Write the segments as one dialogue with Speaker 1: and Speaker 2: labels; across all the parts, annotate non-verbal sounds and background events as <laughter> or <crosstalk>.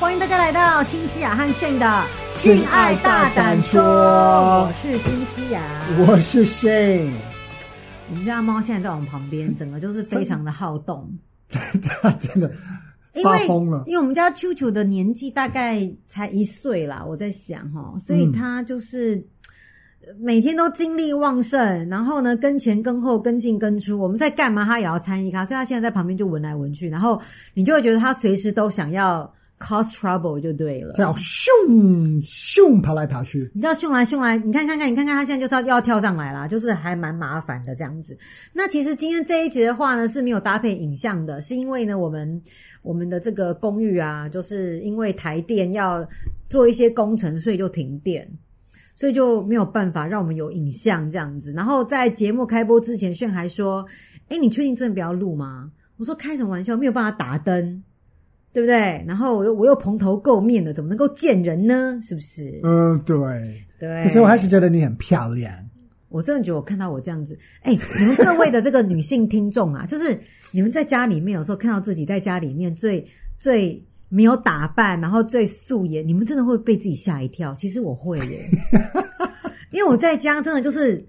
Speaker 1: 欢迎大家来到新西亚和炫的
Speaker 2: 性
Speaker 1: 性
Speaker 2: 爱
Speaker 1: 爱
Speaker 2: 大
Speaker 1: 大
Speaker 2: 胆
Speaker 1: 胆
Speaker 2: 说
Speaker 1: 说，我是新西亚。
Speaker 2: 我是 Shane，
Speaker 1: 你们家猫现在在我们旁边，整个就是非常的好动，
Speaker 2: <laughs> 他真的
Speaker 1: 因
Speaker 2: 发
Speaker 1: 为
Speaker 2: 疯了。
Speaker 1: 因为我们家啾啾的年纪大概才一岁啦，我在想哈，所以它就是。呃每天都精力旺盛，然后呢，跟前跟后跟进跟出，我们在干嘛，它也要参与它，所以它现在在旁边就闻来闻去，然后你就会觉得它随时都想要 cause trouble 就对了。
Speaker 2: 这样咻咻爬来爬去，
Speaker 1: 你知道凶来凶来，你看看看，你看看他现在就是要要跳上来啦，就是还蛮麻烦的这样子。那其实今天这一集的话呢是没有搭配影像的，是因为呢我们我们的这个公寓啊，就是因为台电要做一些工程，所以就停电。所以就没有办法让我们有影像这样子。然后在节目开播之前，炫还说：“哎，你确定真的不要录吗？”我说：“开什么玩笑，没有办法打灯，对不对？”然后我又我又蓬头垢面的，怎么能够见人呢？是不是？
Speaker 2: 嗯，对。
Speaker 1: 对，
Speaker 2: 可是我还是觉得你很漂亮，
Speaker 1: 我真的觉得我看到我这样子，哎、你们各位的这个女性听众啊， <laughs> 就是你们在家里面有时候看到自己在家里面最最没有打扮，然后最素颜，你们真的会被自己吓一跳。其实我会耶，因为我在家真的就是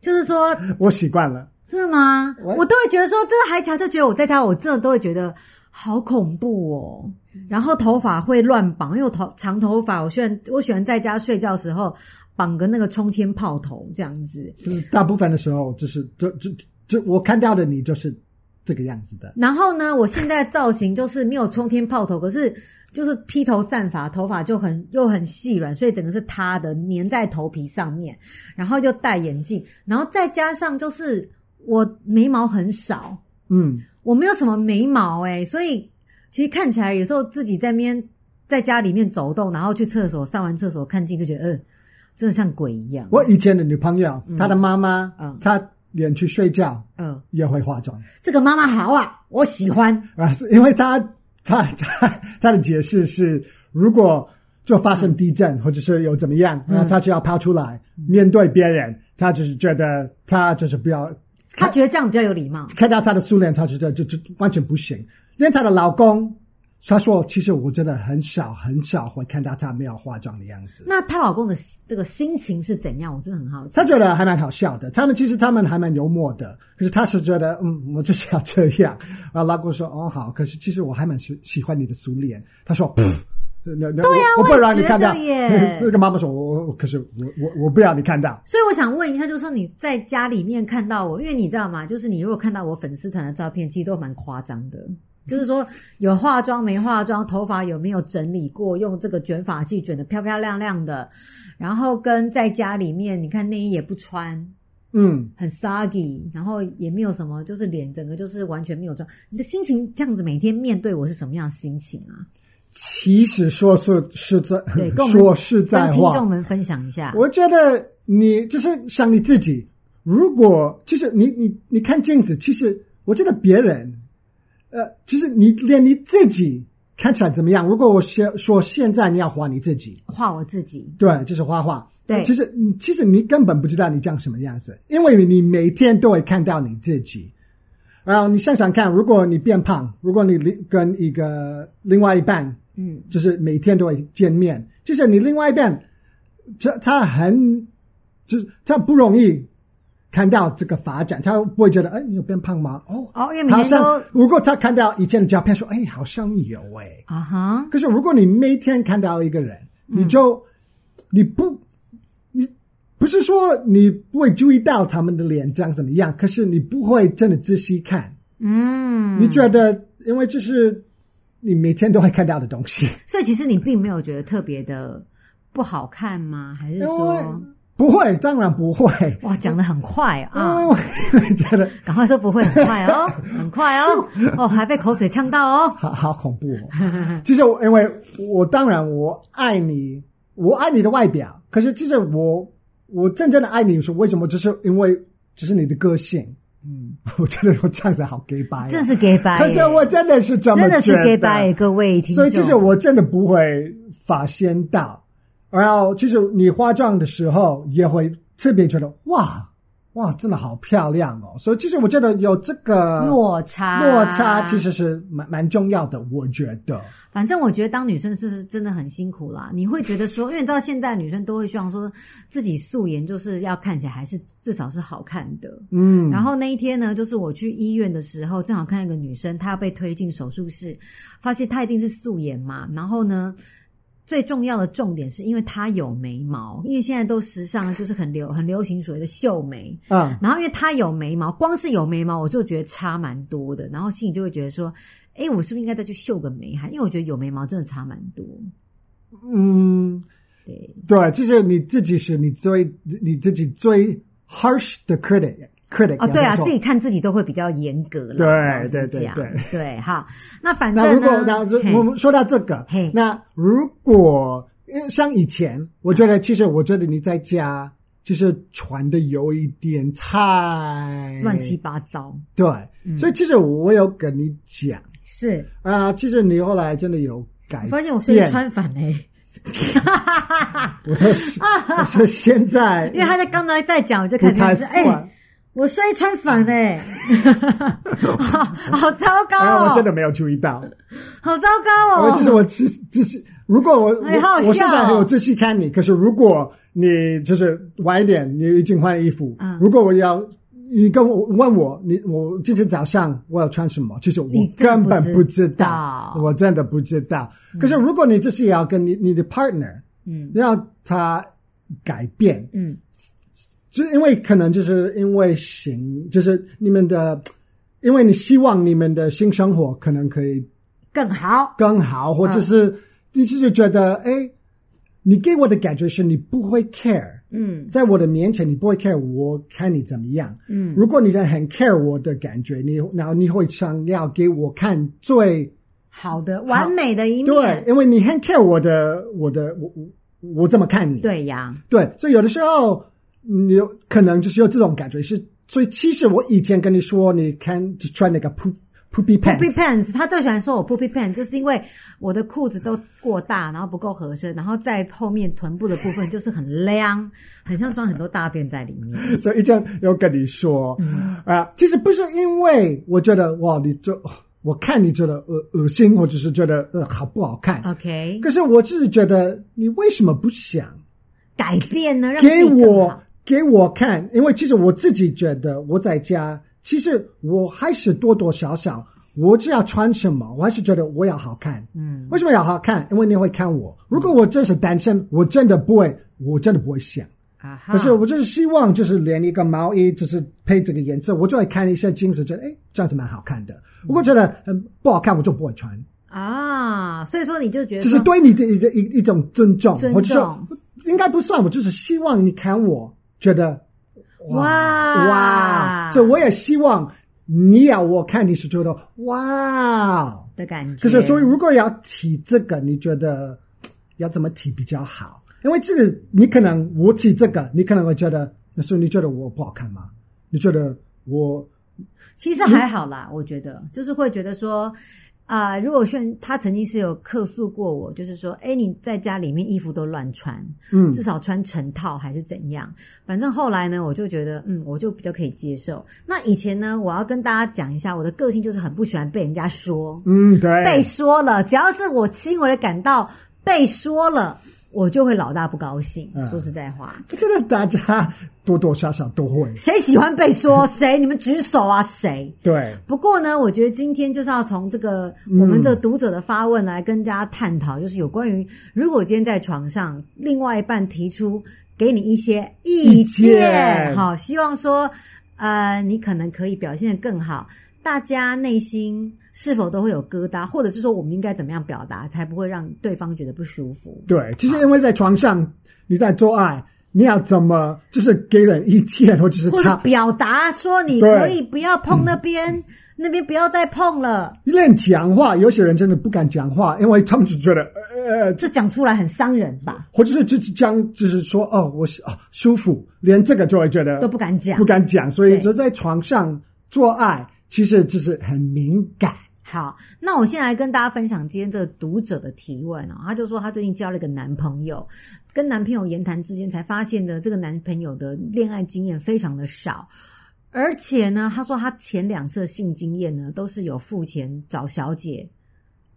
Speaker 1: 就是说，
Speaker 2: 我习惯了。
Speaker 1: 真的吗？
Speaker 2: 我
Speaker 1: 我都会觉得说，真的还假，就觉得我在家，我真的都会觉得好恐怖哦。然后头发会乱绑，因为我头长头发，我喜欢我喜欢在家睡觉的时候绑个那个冲天炮头这样子。
Speaker 2: 就是大部分的时候，就是就就就我看到的你就是这个样子的。
Speaker 1: 然后呢，我现在造型就是没有冲天炮头，可是就是披头散发，头发就很又很细软，所以整个是塌的，粘在头皮上面。然后又戴眼镜，然后再加上就是我眉毛很少，
Speaker 2: 嗯，
Speaker 1: 我没有什么眉毛哎、所以其实看起来有时候自己在面在家里面走动，然后去厕所上完厕所看镜就觉得，呃，真的像鬼一样。
Speaker 2: 我以前的女朋友，她的妈妈，
Speaker 1: 嗯
Speaker 2: 她连去睡觉
Speaker 1: 嗯，
Speaker 2: 也会化妆
Speaker 1: 这个妈妈好啊，我喜欢。
Speaker 2: 啊，是因为她她 <laughs> 她她的解释是，如果就发生地震、或者是有怎么样，那她就要跑出来、面对别人，她就是觉得她就是不要
Speaker 1: 她觉得这样比较有礼貌。
Speaker 2: 看到她的素脸，她觉得就就就完全不行。因为她的老公，她说其实我真的很少很少会看到她没有化妆的样子。
Speaker 1: 那她老公的这个心情是怎样？我真的很好奇。
Speaker 2: 她觉得还蛮好笑的，他们其实他们还蛮幽默的，可是她是觉得，嗯，我就是要这样。 <laughs> 然后老公说，哦好，可是其实我还蛮喜喜欢你的素脸。她说，噗 <laughs> 那那
Speaker 1: 嗯对呀
Speaker 2: 我我
Speaker 1: 我
Speaker 2: 不
Speaker 1: 也
Speaker 2: 让你
Speaker 1: 觉
Speaker 2: 看
Speaker 1: 得
Speaker 2: 到。
Speaker 1: 耶
Speaker 2: <laughs> 那个妈妈说，我我可是我我我不要你看到。
Speaker 1: 所以我想问一下，就是说你在家里面看到我，因为你知道吗？就是你如果看到我粉丝团的照片，其实都蛮夸张的。就是说，有化妆没化妆，头发有没有整理过，用这个卷发剂卷的漂漂亮亮的，然后跟在家里面，你看内衣也不穿，
Speaker 2: 嗯，
Speaker 1: 很 saggy，然后也没有什么，就是脸整个就是完全没有妆。你的心情这样子，每天面对我是什么样的心情啊？
Speaker 2: 其实说是是在
Speaker 1: 对跟我们
Speaker 2: 说实在
Speaker 1: 跟听
Speaker 2: 话，
Speaker 1: 众们分享一下。
Speaker 2: 我觉得你就是想你自己，如果其实你你你看镜子，其实我觉得别人，呃，其实你连你自己看起来怎么样？如果我现说现在你要画你自己，
Speaker 1: 画我自己，
Speaker 2: 对，就是画画。
Speaker 1: 对
Speaker 2: 其实你其实你根本不知道你长什么样子，因为你每天都会看到你自己。然后你想想看，如果你变胖，如果你另跟一个另外一半
Speaker 1: 嗯，
Speaker 2: 就是每天都会见面，就是你另外一边，这他很，就是他不容易看到这个发展，他不会觉得，哎，你有变胖吗？哦，
Speaker 1: 哦，因为每
Speaker 2: 好
Speaker 1: 天都
Speaker 2: 像如果他看到以前的照片，说，哎，好像有哎、
Speaker 1: 啊哈，
Speaker 2: 可是如果你每天看到一个人，你就、你不你不是说你不会注意到他们的脸长什么样，可是你不会真的仔细看，
Speaker 1: 嗯，
Speaker 2: 你觉得，因为这是你每天都会看到的东西。
Speaker 1: 所以其实你并没有觉得特别的不好看吗？还是
Speaker 2: 因
Speaker 1: 说
Speaker 2: 为，不会，当然不会，
Speaker 1: 哇，讲的很快啊
Speaker 2: 因为？我觉得 <laughs>
Speaker 1: 赶快说不会，很快哦，很快哦，哦，还被口水呛到哦。
Speaker 2: 好好恐怖
Speaker 1: <laughs>
Speaker 2: 哦。其实我因为我当然我爱你，我爱你的外表，可是其实我我真正的爱你是为什么？就是因为只是你的个性。嗯， <laughs> 我觉得我这样子好 gay 白、啊
Speaker 1: 真的是 gay 白耶，
Speaker 2: 可是我真的是这么
Speaker 1: 真的是
Speaker 2: 觉得
Speaker 1: gay 白耶，各位听众。
Speaker 2: 所以其实我真的不会发现到。然后，其实你化妆的时候也会特别觉得哇，哇，真的好漂亮哦！所以其实我觉得有这个
Speaker 1: 落差，
Speaker 2: 落差其实是蛮蛮重要的，我觉得。
Speaker 1: 反正我觉得当女生是真的很辛苦啦。你会觉得说，因为你知道现在女生都会希望说自己素颜就是要看起来还是至少是好看的。
Speaker 2: 嗯，
Speaker 1: 然后那一天呢，就是我去医院的时候，正好看到一个女生，她要被推进手术室，发现她一定是素颜嘛。然后呢，最重要的重点是因为她有眉毛，因为现在都时尚就是很流很流行所谓的秀眉。
Speaker 2: 啊，
Speaker 1: 然后因为她有眉毛，光是有眉毛我就觉得差蛮多的，然后心里就会觉得说，哎，我是不是应该再去秀个眉还因为我觉得有眉毛真的差蛮多。
Speaker 2: 嗯，
Speaker 1: 对，
Speaker 2: 对，就是你自己是你最你自己最 harsh 的 critic critic
Speaker 1: 哦，对啊，
Speaker 2: 然后
Speaker 1: 自己看自己都会比较严格了。
Speaker 2: 对
Speaker 1: 老实
Speaker 2: 对对
Speaker 1: 讲
Speaker 2: 对
Speaker 1: 对，好，那反
Speaker 2: 那
Speaker 1: 正
Speaker 2: 如
Speaker 1: 呢
Speaker 2: 果，那如
Speaker 1: 嘿
Speaker 2: 我们说到这个
Speaker 1: 嘿，
Speaker 2: 那如果因为像以前，我觉得其实我觉得你在家就是穿的有一点太
Speaker 1: 乱七八糟嗯
Speaker 2: 对，所以其实我有跟你讲
Speaker 1: 是。
Speaker 2: 啊，其实你后来真的有改
Speaker 1: 我
Speaker 2: 哎变。
Speaker 1: 发现我睡衣穿反欸嘞、
Speaker 2: 我
Speaker 1: <laughs>
Speaker 2: 说我说现在
Speaker 1: 因为他在刚才在讲，我就
Speaker 2: 不
Speaker 1: 看见
Speaker 2: 太
Speaker 1: 是哎、
Speaker 2: 算，
Speaker 1: 我睡衣穿反嘞、好 <laughs> 好糟糕
Speaker 2: 嗯哎，
Speaker 1: 哦，
Speaker 2: 我真的没有注意到。
Speaker 1: 好糟糕
Speaker 2: 我
Speaker 1: 哦，
Speaker 2: 就是我只只是，如果我
Speaker 1: 哎好好
Speaker 2: 我我现
Speaker 1: 笑
Speaker 2: 在
Speaker 1: 哦
Speaker 2: 还有仔细看你，可是如果你就是晚一点，你已经换衣服，
Speaker 1: 嗯
Speaker 2: 如果我要你跟我问我，你我今天早上我要穿什么，其实我
Speaker 1: 你真
Speaker 2: 根
Speaker 1: 的
Speaker 2: 本
Speaker 1: 不
Speaker 2: 不
Speaker 1: 知
Speaker 2: 知
Speaker 1: 道
Speaker 2: 道，我真的不知道。可是如果你就是要跟你你的 partner
Speaker 1: 嗯
Speaker 2: 让他改变，
Speaker 1: 嗯，
Speaker 2: 就因为可能就是因为行，就是你们的，因为你希望你们的新生活可能可以
Speaker 1: 更好，
Speaker 2: 更好，或者是你就是觉得，哎，你给我的感觉是你不会 care，
Speaker 1: 嗯
Speaker 2: 在我的面前你不会 care，我看你怎么样。
Speaker 1: 嗯，
Speaker 2: 如果你在很 care 我的感觉，你然后你会想要给我看最
Speaker 1: 好的，完美的一
Speaker 2: 对
Speaker 1: 面，，
Speaker 2: 因为你很 care 我的我的我我我怎么看你？
Speaker 1: 对呀，
Speaker 2: 对，所以有的时候你有可能就是有这种感觉是。所以其实我以前跟你说，你看就穿那个 poop
Speaker 1: poopy
Speaker 2: poopy pants，
Speaker 1: pants，他最喜欢说我 poopy pants，就是因为我的裤子都过大，然后不够合身，然后在后面臀部的部分就是很亮，很像装很多大便在里面。
Speaker 2: <laughs> 所以这样要跟你说
Speaker 1: 嗯
Speaker 2: 啊、其实不是因为我觉得哇，你就我看你觉得恶恶心，或者是觉得呃好不好看，
Speaker 1: OK，
Speaker 2: 可是我只是觉得你为什么不想
Speaker 1: 改变呢，让自己
Speaker 2: 给
Speaker 1: 更
Speaker 2: 我
Speaker 1: 好。
Speaker 2: 给我看？因为其实我自己觉得我在家，其实我还是多多少少，我只要穿什么，我还是觉得我要好看。
Speaker 1: 嗯，
Speaker 2: 为什么要好看？因为你会看我。如果我真是单身，我真的不会，我真的不会想。
Speaker 1: 啊哈，
Speaker 2: 可是我就是希望，就是连一个毛衣，就是配这个颜色，我就会看一些镜子，觉得哎，这样子蛮好看的。如果觉得嗯不好看，我就不会穿。
Speaker 1: 啊，所以说你就觉得
Speaker 2: 这
Speaker 1: 说
Speaker 2: 是对你的一个一一种尊重，
Speaker 1: 尊重
Speaker 2: 或者说应该不算，我就是希望你看我觉得
Speaker 1: 哇
Speaker 2: 哇，所以我也希望你要我看你是觉得哦哇。
Speaker 1: 的感觉。
Speaker 2: 可是，所以如果要提这个，你觉得嘖要怎么提比较好？因为这个你可能我提这个，你可能会觉得，那所以你觉得我不好看吗？你觉得我
Speaker 1: 其实还好啦，我觉得就是会觉得说，啊、如果炫他曾经是有客诉过我，就是说，哎，你在家里面衣服都乱穿，
Speaker 2: 嗯
Speaker 1: 至少穿成套还是怎样？反正后来呢，我就觉得，嗯，我就比较可以接受。那以前呢，我要跟大家讲一下，我的个性就是很不喜欢被人家说，
Speaker 2: 嗯对
Speaker 1: 被说了，只要是我轻微的感到被说了，我就会老大不高兴。
Speaker 2: 嗯
Speaker 1: 说实在话，
Speaker 2: 我觉得大家多多少少都会
Speaker 1: 谁喜欢被说？谁？你们举手啊？谁？
Speaker 2: 对
Speaker 1: 不过呢，我觉得今天就是要从这个我们这个读者的发问来跟大家探讨，就是有关于如果今天在床上，另外一半提出给你一些意
Speaker 2: 意
Speaker 1: 见，
Speaker 2: 见
Speaker 1: 好，希望说呃，你可能可以表现得更好，大家内心是否都会有疙瘩，或者是说我们应该怎么样表达，才不会让对方觉得不舒服？
Speaker 2: 对，其实因为在床上你在做爱，你要怎么就是给人意见，或者是
Speaker 1: 或者
Speaker 2: 他
Speaker 1: 表达说你
Speaker 2: 对嗯
Speaker 1: 可以不要碰那边，那边不要再碰了，
Speaker 2: 乱讲话，有些人真的不敢讲话，因为他们就觉得呃呃
Speaker 1: 这讲出来很伤人吧？
Speaker 2: 或者是就将就是说哦，我是哦舒服，连这个就会觉得
Speaker 1: 都不敢讲
Speaker 2: 不。敢讲，所
Speaker 1: 对
Speaker 2: 以就在床上做爱，其实就是很敏感。
Speaker 1: 好，那我先来跟大家分享今天这个读者的提问哦，他就说他最近交了一个男朋友，跟男朋友言谈之间才发现的，这个男朋友的恋爱经验非常的少，而且呢，他说他前两次的性经验呢都是有付钱找小姐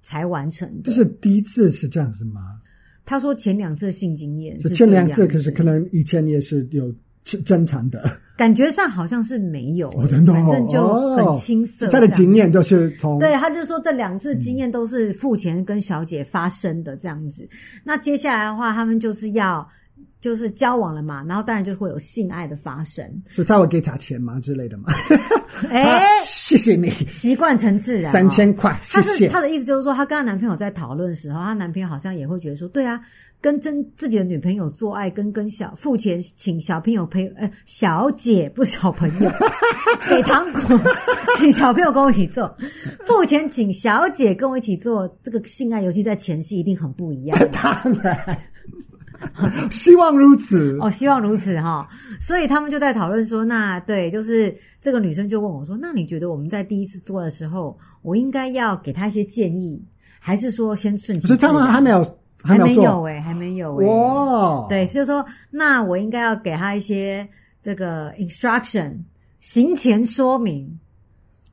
Speaker 1: 才完成
Speaker 2: 这
Speaker 1: 的。
Speaker 2: 是第一次是这样子吗？
Speaker 1: 他说前两次的性经验是
Speaker 2: 就前
Speaker 1: 这样
Speaker 2: 两次，
Speaker 1: 子
Speaker 2: 可是可能以前也是有是正常的，
Speaker 1: 感觉上好像是没有、
Speaker 2: 哦，真的、哦，
Speaker 1: 反正就很青涩。
Speaker 2: 哦他的经验就是从
Speaker 1: 对，他就说这两次
Speaker 2: 嗯
Speaker 1: 经验都是付钱跟小姐发生的这样子。那接下来的话，他们就是要就是交往了嘛，然后当然就会有性爱的发
Speaker 2: <laughs>
Speaker 1: 生。
Speaker 2: 所以他会给他钱吗之类的吗？
Speaker 1: 哎、
Speaker 2: 啊谢谢你，
Speaker 1: 习惯成自然、哦
Speaker 2: 三。千块，
Speaker 1: 她
Speaker 2: 谢
Speaker 1: 是
Speaker 2: 谢。
Speaker 1: 她的意思就是说，她跟她男朋友在讨论的时候，她男朋友好像也会觉得说，对啊，跟真自己的女朋友做爱，跟跟小付钱请小朋友陪，呃，小姐不是小朋
Speaker 2: <laughs>
Speaker 1: 友，给糖果，请小朋友跟我一起做，付钱请小姐跟我一起做，这个性爱游戏在前戏一定很不一样。
Speaker 2: <laughs> 当然，希望如此。
Speaker 1: 哦，希望如此哈、所以他们就在讨论说，那对，就是这个女生就问我说，那你觉得我们在第一次做的时候，我应该要给她一些建议，还是说先顺其
Speaker 2: 所
Speaker 1: 自
Speaker 2: 以他们
Speaker 1: 然？
Speaker 2: 还没有，
Speaker 1: 还
Speaker 2: 没
Speaker 1: 没有
Speaker 2: 有做。
Speaker 1: 哎、还没有哎、
Speaker 2: 哇，
Speaker 1: 对，就是说，那我应该要给她一些这个 instruction 行前说明，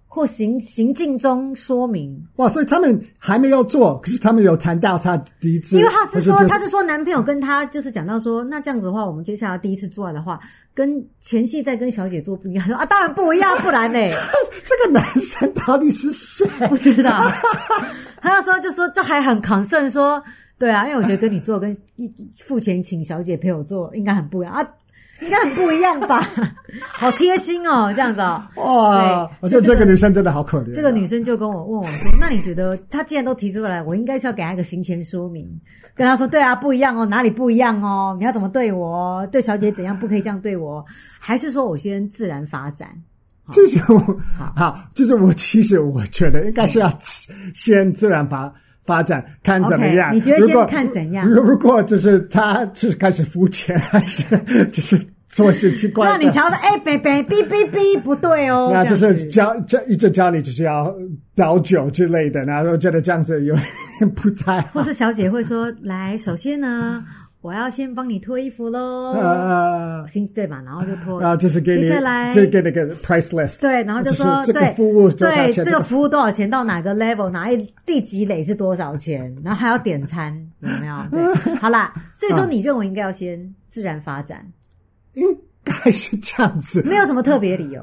Speaker 1: 或行行进中说明。
Speaker 2: 哇，所以他们还没有做，可是他们有谈到他第一次，
Speaker 1: 因为他是说
Speaker 2: 还，
Speaker 1: 他是说男朋友跟他就是讲到说，那这样子的话，我们接下来第一次做爱的话，跟前戏再跟小姐做不一样。他说啊，当然不一样，不然呢欸
Speaker 2: <laughs> 这个男生到底
Speaker 1: <laughs>
Speaker 2: 是谁？
Speaker 1: 不知道。他那时候就说，就还很 concern 说，对啊，因为我觉得跟你做跟付钱请小姐陪我做应该很不一样啊，应该很不一样吧？ <laughs> 好贴心哦，这样子哦。
Speaker 2: 哇
Speaker 1: 对，
Speaker 2: 我觉
Speaker 1: 所
Speaker 2: 得这
Speaker 1: 以这
Speaker 2: 个
Speaker 1: 个
Speaker 2: 女生真的好可怜啊。
Speaker 1: 这个女生就跟我问我说：“那你觉得她既然都提出来，我应该是要给她一个行前说明，跟她说对啊，不一样哦，哪里不一样哦？你要怎么对我哦？对小姐怎样不可以这样对我？还是说我先自然发展？
Speaker 2: 就是我好，就是我其实我觉得应该是要先自然发发展，看怎么样。
Speaker 1: OK，你觉得先
Speaker 2: 如果
Speaker 1: 看怎样
Speaker 2: 如如果就是他就是开始肤浅，还是 <laughs> 就是做事奇怪的，
Speaker 1: 那你才要说哎，北北哔哔哔，不对哦，
Speaker 2: 那就
Speaker 1: 这样
Speaker 2: 是
Speaker 1: 子
Speaker 2: 教教一直教你就是要倒酒之类的，然后觉得这样子有点不太好
Speaker 1: <laughs> 或。是小姐会说：来，首先呢，我要先帮你脱衣服喽，
Speaker 2: 呃，
Speaker 1: 行对吧？然后就脱，
Speaker 2: 然后啊就是给你，
Speaker 1: 接下来
Speaker 2: 就给那个 price list，
Speaker 1: 对，然后就说
Speaker 2: 就是这个
Speaker 1: 对
Speaker 2: 服务多少
Speaker 1: 对
Speaker 2: 钱
Speaker 1: 这
Speaker 2: 这
Speaker 1: 个
Speaker 2: 个
Speaker 1: 服务多少钱，到哪个 level，哪一第几垒是多少钱，然后还要点
Speaker 2: <laughs>
Speaker 1: 餐，有没有？对，好啦，所以说你认为应该要先自然发展，
Speaker 2: 应该是这样子，
Speaker 1: 没有什么特别理由，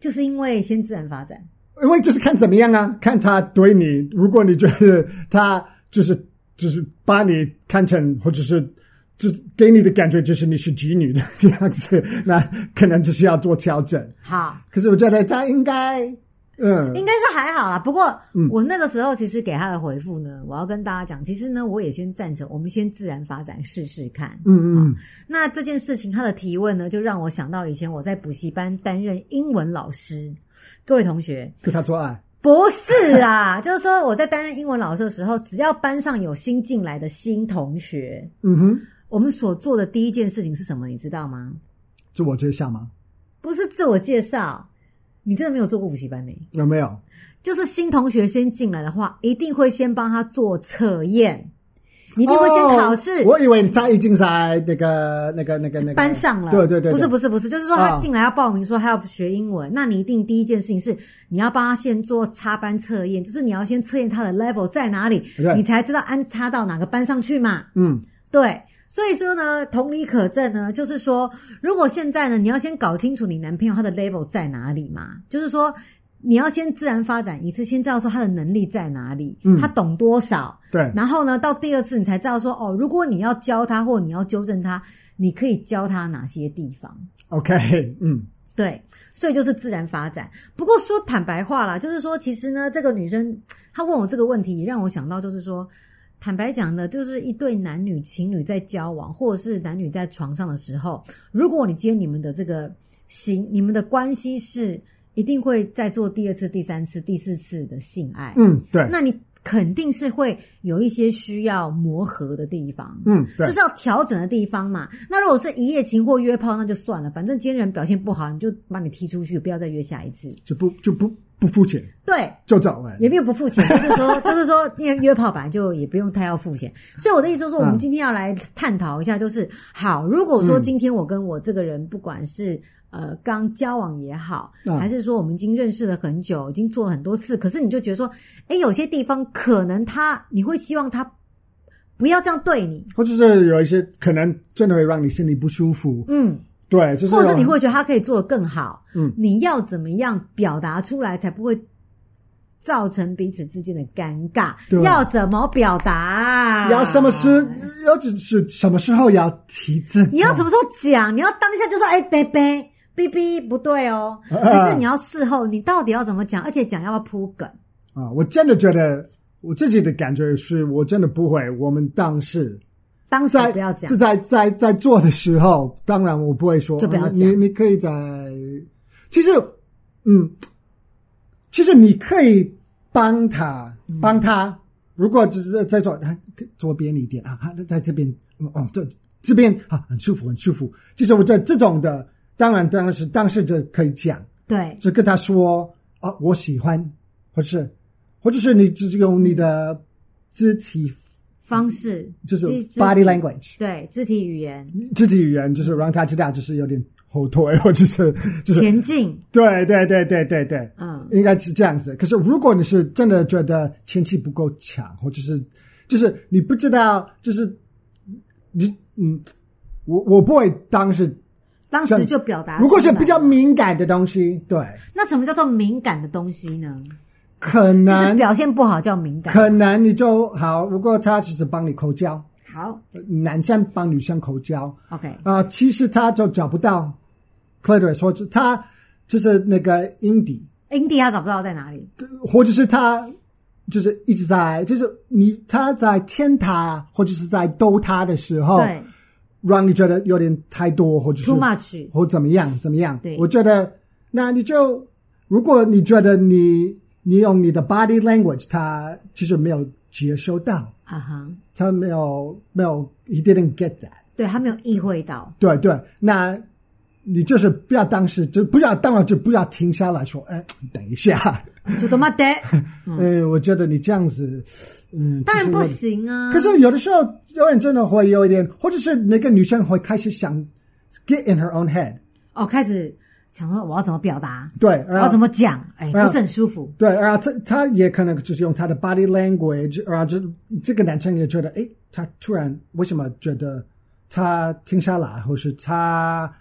Speaker 1: 就是因为先自然发展。
Speaker 2: 因为就是看怎么样啊，看他对你，如果你觉得他就是就是把你看成或者是就是给你的感觉就是你是妓女的样子，那可能就是要做调整。
Speaker 1: 好，
Speaker 2: 可是我觉得他应该，嗯，
Speaker 1: 应该是还好啦。不过我那个时候其实给他的回复呢，我要跟大家讲，其实呢，我也先赞成，我们先自然发展试试看。
Speaker 2: 嗯嗯，
Speaker 1: 那这件事情，他的提问呢，就让我想到以前我在补习班担任英文老师，各位同学，
Speaker 2: 跟他做爱，
Speaker 1: 不是
Speaker 2: <laughs>
Speaker 1: 啦，就是说我在担任英文老师的时候，只要班上有新进来的新同学，
Speaker 2: 嗯哼，
Speaker 1: 我们所做的第一件事情是什么？你知道吗？
Speaker 2: 自我介绍吗？
Speaker 1: 不是自我介绍，你真的没有做过补习班呢、
Speaker 2: 有没有？
Speaker 1: 就是新同学先进来的话，一定会先帮他做测验，你一定会先考试。
Speaker 2: 哦我以为他已经在那个那个那个那个
Speaker 1: 班上了，
Speaker 2: 对对对，
Speaker 1: 不是
Speaker 2: 对
Speaker 1: 不是不是，就是说他
Speaker 2: 啊
Speaker 1: 进来要报名说他要学英文，那你一定第一件事情是你要帮他先做插班测验，就是你要先测验他的 level 在哪里
Speaker 2: 对，
Speaker 1: 你才知道安插到哪个班上去嘛。
Speaker 2: 嗯，
Speaker 1: 对，所以说呢，同理可证呢，就是说，如果现在呢，你要先搞清楚你男朋友他的 level 在哪里嘛，就是说。你要先自然发展一次，先知道说他的能力在哪里，他懂多少，
Speaker 2: 对，
Speaker 1: 然后呢，到第二次你才知道说，哦，如果你要教他或你要纠正他，你可以教他哪些地方。
Speaker 2: OK，嗯，
Speaker 1: 对，所以就是自然发展。不过说坦白话啦，就是说，其实呢，这个女生她问我这个问题，也让我想到，就是说，坦白讲呢，就是一对男女情侣在交往，或者是男女在床上的时候，如果你今天你们的这个行，你们的关系是一定会再做第二次、第三次、第四次的性爱，
Speaker 2: 嗯，对，
Speaker 1: 那你肯定是会有一些需要磨合的地方，
Speaker 2: 嗯，对
Speaker 1: 就，是要调整的地方嘛。那如果是一夜情或约炮，那就算了，反正今天人表现不好，你就把你踢出去，不要再约下一次。
Speaker 2: 就不就不不付钱
Speaker 1: 对，
Speaker 2: 就哎走了。
Speaker 1: 也没有不付钱，就是
Speaker 2: <laughs>
Speaker 1: 说，就是说，因为约炮本来就也不用太要付钱，所以我的意思是
Speaker 2: 嗯
Speaker 1: 说，我们今天要来探讨一下，就是好，如果说今天我跟我这个人，不管是呃刚交往也好，
Speaker 2: 嗯
Speaker 1: 还是说我们已经认识了很久，已经做了很多次，可是你就觉得说，哎，有些地方可能他你会希望他不要这样对你，
Speaker 2: 或者是有一些可能真的会让你心里不舒服，
Speaker 1: 嗯，
Speaker 2: 对，就是
Speaker 1: 或者是
Speaker 2: 有
Speaker 1: 你会觉得他可以做得更好，
Speaker 2: 嗯，
Speaker 1: 你要怎么样表达出来才不会造成彼此之间的尴尬？
Speaker 2: 对
Speaker 1: 要怎么表达？
Speaker 2: 要什么时？要只是什么时候要提振？
Speaker 1: 你要什么时候讲？你要当下就说：“哎、贝贝，B B，不对哦。”
Speaker 2: 啊
Speaker 1: 但是你要事后，你到底要怎么讲？而且讲要不要铺梗？
Speaker 2: 啊？我真的觉得我自己的感觉是我真的不会。我们当时
Speaker 1: 当时
Speaker 2: 在
Speaker 1: 哎不要讲
Speaker 2: 是，在在在做的时候，当然我不会说，
Speaker 1: 就不要
Speaker 2: 啊
Speaker 1: 讲
Speaker 2: 你你可以在，其实，嗯，其实你可以帮他
Speaker 1: 嗯
Speaker 2: 帮他。如果只是在在做，啊左边一点啊，啊在这边，嗯哦，这这边啊，很舒服，很舒服。其实我在这种的，当然当然是当事者可以讲，
Speaker 1: 对，
Speaker 2: 就跟他说啊，我喜欢，或是或者是你只是用你的肢体，
Speaker 1: 方式
Speaker 2: 就是
Speaker 1: 肢肢
Speaker 2: body language，
Speaker 1: 对肢体语言
Speaker 2: 肢体语言，就是让他知道，就是有点后退， <laughs> 或者是就是
Speaker 1: 前进，
Speaker 2: 对对对对对对，
Speaker 1: 嗯，
Speaker 2: 应该是这样子。可是如果你是真的觉得前期不够强，或者是就是你不知道，就是你嗯，我我不会当时，
Speaker 1: 当时就表达出来。
Speaker 2: 如果是比较敏感的东西，对，
Speaker 1: 那什么叫做敏感的东西呢？
Speaker 2: 可
Speaker 1: 就是
Speaker 2: 能
Speaker 1: 表现不好叫敏感。
Speaker 2: 可能你就好。如果他只是帮你口交，
Speaker 1: 好
Speaker 2: 男生帮女生口交，
Speaker 1: ，OK，
Speaker 2: 啊、其实他就找不到 clitoris，或者他就是那个阴蒂，
Speaker 1: 阴蒂他找不到在哪里，
Speaker 2: 或者是他就是一直在，就是你他在天他或者是在兜他的时候，
Speaker 1: 对
Speaker 2: 让你觉得有点太多，或者哦是
Speaker 1: ，too much，
Speaker 2: 或怎么样怎么样。
Speaker 1: 对
Speaker 2: 我觉得那你就如果你觉得你你用你的 body language，他其实没有接收到，
Speaker 1: 啊哈，
Speaker 2: 他没有没有 he didn't get that。
Speaker 1: 对他没有意会到，
Speaker 2: 对对，那你就是不要当时就不要，当然就不要停下来说，哎，等一下，
Speaker 1: 就他妈
Speaker 2: <laughs>
Speaker 1: 的，
Speaker 2: 嗯、我觉得你这样子，嗯，
Speaker 1: 当然不
Speaker 2: 其实
Speaker 1: 行啊。
Speaker 2: 我。可是有的时候，有人真的会有一点，或者是那个女生会开始想 get in her own head，
Speaker 1: 哦，开始想说我要怎么表达，
Speaker 2: 对，
Speaker 1: 我
Speaker 2: 然
Speaker 1: 要
Speaker 2: 后
Speaker 1: 怎么讲，哎，
Speaker 2: 然后
Speaker 1: 不是很舒服。
Speaker 2: 对，然后他他也可能就是用他的 body language，然后就这个男生也觉得，哎，他突然为什么觉得他停下来，或是他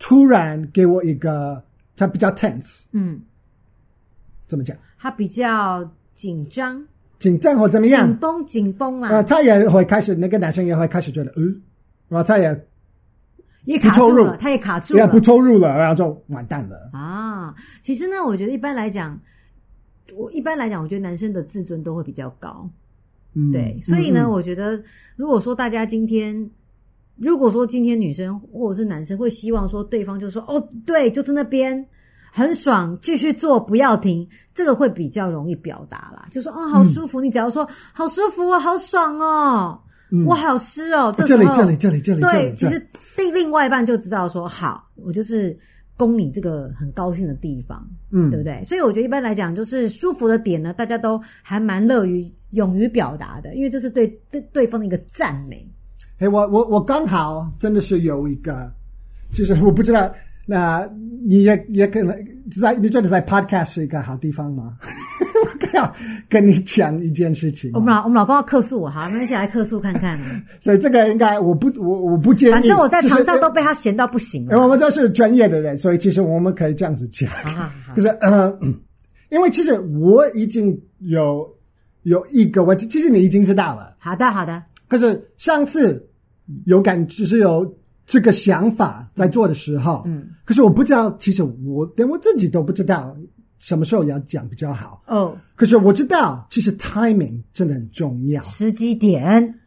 Speaker 2: 突然给我一个他比较 tense，
Speaker 1: 嗯，
Speaker 2: 怎么讲？
Speaker 1: 他比较紧张、
Speaker 2: 紧张或怎么
Speaker 1: 紧
Speaker 2: 样，
Speaker 1: 绷、紧绷啊
Speaker 2: 呃，
Speaker 1: 嘛，
Speaker 2: 他也会开始，那个男生也会开始觉得，嗯，然后他也
Speaker 1: 也卡住
Speaker 2: 不投
Speaker 1: 了，
Speaker 2: 入
Speaker 1: 他也卡住
Speaker 2: 也
Speaker 1: 了
Speaker 2: 不投入了，然后就完蛋了。
Speaker 1: 啊。其实呢，我觉得一般来讲，我一般来讲，我觉得男生的自尊都会比较高。
Speaker 2: 嗯，
Speaker 1: 对，所以呢，
Speaker 2: 嗯，
Speaker 1: 我觉得如果说大家今天，如果说今天女生或者是男生会希望说对方就说哦，对，就是那边很爽，继续做，不要停，这个会比较容易表达啦。就说哦，
Speaker 2: 嗯
Speaker 1: 好舒服，你只要说好舒服哦，好爽哦，我好湿哦，这
Speaker 2: 嗯啊这里
Speaker 1: 时候
Speaker 2: 这里这里这里这
Speaker 1: 对
Speaker 2: 里，，
Speaker 1: 其
Speaker 2: 这里
Speaker 1: 实另另外一半就知道说，好，我就是供你这个很高兴的地方，
Speaker 2: 嗯
Speaker 1: 对不对？所以我觉得一般来讲，就是舒服的点呢，大家都还蛮乐于勇于表达的，因为这是对对对方的一个赞美。
Speaker 2: 哎，我我我刚好真的是有一个，就是我不知道，那你也也可能在你觉得在 podcast 是一个好地方吗？ <laughs> 我刚好跟你讲一件事情啊
Speaker 1: 我，们老我们老公要客诉我，好，那一起
Speaker 2: <laughs>
Speaker 1: 来客诉看看。
Speaker 2: 所以这个应该我不我我不建议，
Speaker 1: 反正我在
Speaker 2: 就是
Speaker 1: 床上都被他嫌到不行
Speaker 2: <laughs> 哎，
Speaker 1: 了。
Speaker 2: 我们都是专业的人，所以其实我们可以这样子讲。
Speaker 1: 好好好，
Speaker 2: 就是呃，嗯因为其实我已经有有一个问题，其实你已经知道了，
Speaker 1: 好的好的，
Speaker 2: 可是上次有感就是有这个想法在做的时候，嗯，可是我不知道，其实我连我自己都不知道什么时候要讲比较好。
Speaker 1: 哦，
Speaker 2: 可是我知道，其实 timing 真的很重要，
Speaker 1: 时机点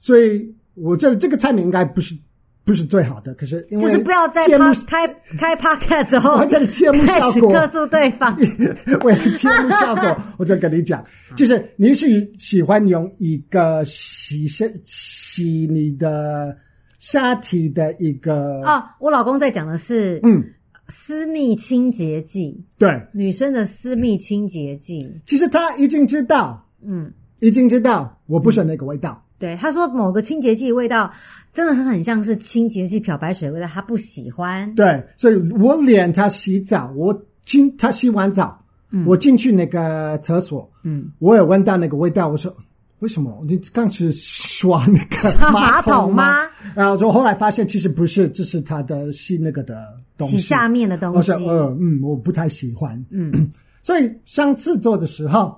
Speaker 2: 所以我觉得这个 timing 应该不是不是最好的，可是因为
Speaker 1: 就是不要在
Speaker 2: 节目
Speaker 1: 他开开 podcast 时候
Speaker 2: 我这里节目
Speaker 1: 开
Speaker 2: 效
Speaker 1: 始
Speaker 2: 果嗯
Speaker 1: 克诉对方。
Speaker 2: <laughs> 为了节目效果，
Speaker 1: <laughs>
Speaker 2: 我就跟你讲，就是你是喜欢用一个洗身洗你的下体的一个，
Speaker 1: 哦，我老公在讲的是
Speaker 2: 嗯，
Speaker 1: 私密清洁剂，
Speaker 2: 对，
Speaker 1: 女生的私密清洁剂。
Speaker 2: 其实他已经知道，
Speaker 1: 嗯，
Speaker 2: 已经知道我不喜欢那个味道，
Speaker 1: 对，他说某个清洁剂味道真的是很像是清洁剂漂白水味道，他不喜欢。
Speaker 2: 对，所以我连他洗澡，我进他洗完澡，我进去那个厕所，
Speaker 1: 嗯，
Speaker 2: 我也闻到那个味道，我说。呃为什么你刚是刷那个
Speaker 1: 马
Speaker 2: 桶
Speaker 1: 桶吗？
Speaker 2: 然后就后来发现其实不是，这是他的洗那个的东西。
Speaker 1: 洗下面的东
Speaker 2: 我
Speaker 1: 西
Speaker 2: 说，呃嗯，我不太喜欢。
Speaker 1: 嗯，
Speaker 2: 所以上次做的时候，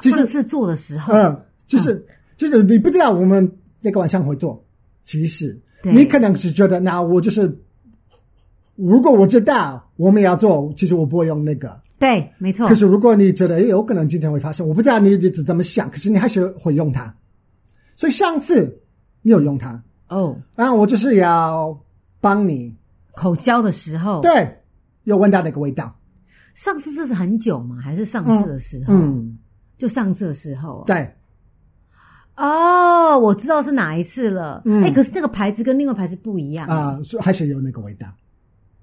Speaker 2: 其
Speaker 1: 上
Speaker 2: 实
Speaker 1: 次做的时候，
Speaker 2: 嗯，就是、就是你不知道我们那个晚上会做，其实
Speaker 1: 对
Speaker 2: 你可能是觉得，那我就是如果我知道我们要做，其实我不会用那个。
Speaker 1: 对，没错
Speaker 2: 可，是如果你觉得诶有可能今天会发生，我不知道你一直怎么想，可是你还是会用它。所以上次你有用它，
Speaker 1: 哦，
Speaker 2: 然后我就是要帮你，
Speaker 1: 口交的时候，
Speaker 2: 对，有闻到那个味道，
Speaker 1: 上次这是很久吗？还是上次的时候？
Speaker 2: 嗯，
Speaker 1: 就上次的时候啊
Speaker 2: 对。
Speaker 1: 哦，哦我知道是哪一次了。哎、
Speaker 2: 嗯
Speaker 1: 可是那个牌子跟另外牌子不一样，
Speaker 2: 啊、所以还是有那个味道。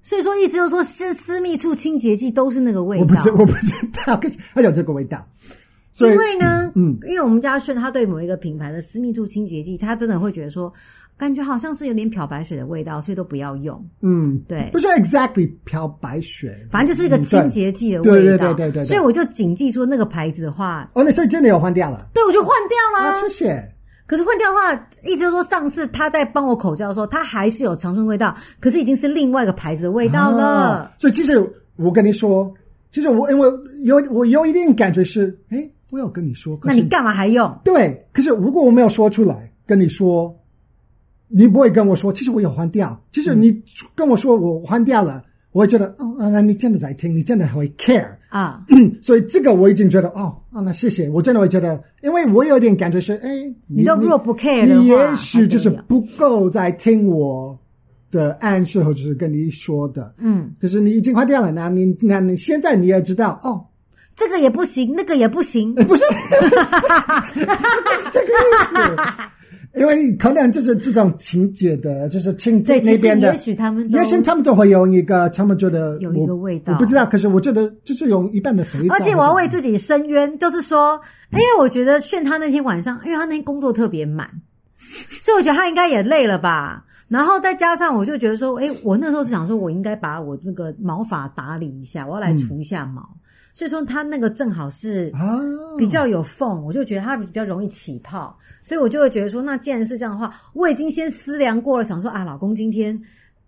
Speaker 1: 所以说一直都说私私密处清洁剂都是那个味
Speaker 2: 我不
Speaker 1: 道。
Speaker 2: 知我不知道，可是它有这个味道，所以
Speaker 1: 因为呢，
Speaker 2: 嗯
Speaker 1: 嗯，因为我们家炫他对某一个品牌的私密处清洁剂，他真的会觉得说，感觉好像是有点漂白水的味道，所以都不要用。
Speaker 2: 嗯，
Speaker 1: 对
Speaker 2: 不是 exactly 漂白水，
Speaker 1: 反正就是一个
Speaker 2: 嗯
Speaker 1: 清。洁剂的
Speaker 2: 对
Speaker 1: 味道。
Speaker 2: 对对对对对
Speaker 1: 所以我就谨记说那个牌子的话，
Speaker 2: 对哦，那所以真的有换掉了
Speaker 1: 对我就换掉啦。
Speaker 2: 啊，谢谢。
Speaker 1: 可是换掉的话，意思就是说上次他在帮我口交的时候，他还是有长春味道，可是已经是另外一个牌子的味道了。
Speaker 2: 啊所以其实我跟你说，其实我因为有我有一点感觉是，哎，我有跟你说，可
Speaker 1: 那
Speaker 2: 是
Speaker 1: 你干嘛还用？
Speaker 2: 对，可是如果我没有说出来跟你说，你不会跟我说，其实我有换掉。其
Speaker 1: 嗯
Speaker 2: 实你跟我说我换掉了，我会觉得，哦，啊那你真的在听，你真的会 care。
Speaker 1: 啊，
Speaker 2: 所以这个我已经觉得哦，啊，那谢谢，我真的会觉得，因为我有点感觉是，哎，
Speaker 1: 你都如果不 care 的话
Speaker 2: 你也许就是
Speaker 1: 还得了
Speaker 2: 不够在听我的暗示，或者是跟你说的，
Speaker 1: 嗯，
Speaker 2: 可是你已经换掉了，那你那你现在你也知道哦，
Speaker 1: 这个也不行，那个也不行，
Speaker 2: 不是这个意
Speaker 1: <laughs>
Speaker 2: 思。因为可能就是这种情节的，就是亲
Speaker 1: 对
Speaker 2: 那边的，
Speaker 1: 其实也许他们都
Speaker 2: 也许他们都会用一个，他们觉得
Speaker 1: 有一个
Speaker 2: 我
Speaker 1: 味道
Speaker 2: 我不知道。可是我觉得就是用一般的肥皂，
Speaker 1: 而且我要为自己申冤，就是说，因为我觉得炫他那天晚上，因为他那天工作特别满，所以我觉得他应该也累了吧。然后再加上，我就觉得说，哎，我那时候是想说，我应该把我那个毛发打理一下，我要来除一下毛。所以说，他那个正好是
Speaker 2: 啊，
Speaker 1: 比较有缝，我就觉得它比较容易起泡，所以我就会觉得说，那既然是这样的话，我已经先思量过了，想说啊，老公今天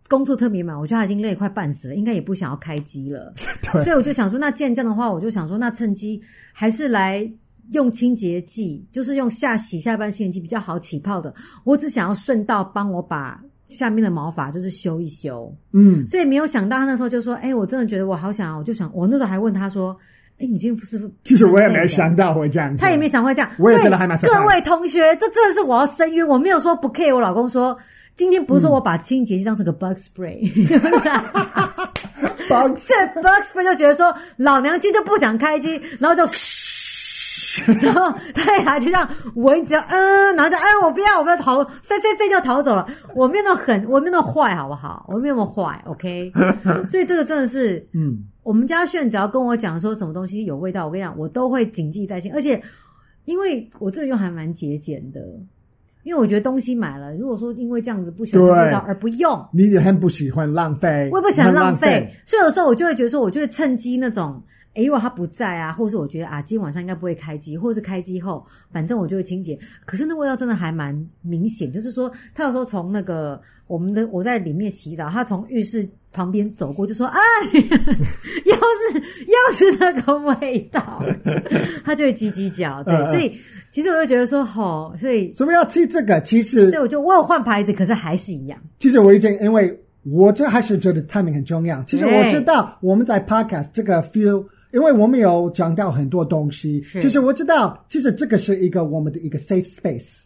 Speaker 1: 工作特别忙，我觉得他已经累得快半死了，应该也不想要开机了，
Speaker 2: <laughs> 对
Speaker 1: 所以我就想说，那既然这样的话，我就想说，那趁机还是来。用清洁剂，就是用下洗下半清洁剂比较好起泡的。我只想要顺道帮我把下面的毛发就是修一修。
Speaker 2: 嗯，
Speaker 1: 所以没有想到他那时候就说：“哎、我真的觉得我好想，我就想，我那时候还问他说，哎、你今天不是不是
Speaker 2: 其实我也
Speaker 1: 蛮累的
Speaker 2: 没想到会这样子，
Speaker 1: 他也没想会这样，
Speaker 2: 我也
Speaker 1: 所以
Speaker 2: 觉得还蛮扯淡
Speaker 1: 各位同学，这真的是我要深冤，我没有说不 care 我老公说。今天不是说我把清洁剂当成个 bug spray，、 <laughs>
Speaker 2: 帮
Speaker 1: 是 bug spray 就觉得说老娘今天就不想开机，然后就然后他俩就这样闻，只要嗯，然后就哎我不要我不要逃，飞飞飞就逃走了。我没有那么狠，我没有那么坏，好不好？我没有那么坏，OK 。
Speaker 2: <laughs>
Speaker 1: 所以这个真的是，
Speaker 2: 嗯，
Speaker 1: 我们家炫只要跟我讲说什么东西有味道，我跟你讲，我都会谨记在心。而且，因为我这个人又还蛮节俭的，因为我觉得东西买了，如果说因为这样子不喜欢
Speaker 2: 对
Speaker 1: 味道而不用，
Speaker 2: 你也很不喜欢浪费，
Speaker 1: 我也不喜欢
Speaker 2: 很
Speaker 1: 浪
Speaker 2: 浪
Speaker 1: 费，，所以有时候我就会觉得说，我就会趁机那种。诶，如果他不在啊，或者是我觉得啊，今天晚上应该不会开机，或者是开机后，反正我就会清洁。可是那味道真的还蛮明显，就是说，他有时候从那个我们的我在里面洗澡，他从浴室旁边走过，就说：“哎， <laughs> 要是要是那个味道， <laughs> 他就会叽叽叫。”对，
Speaker 2: 嗯嗯
Speaker 1: 所以其实我就觉得说，吼，所以
Speaker 2: 所以要记这个。其
Speaker 1: 所以
Speaker 2: 实，
Speaker 1: 我就我有换牌子，可是还是一样。
Speaker 2: 其实我已经因为我这还是觉得 timing 很重要。其实
Speaker 1: 对
Speaker 2: 我知道我们在 podcast 这个 feel，因为我们有讲到很多东西，
Speaker 1: 是
Speaker 2: 其实我知道，其实这个是一个我们的一个 safe space。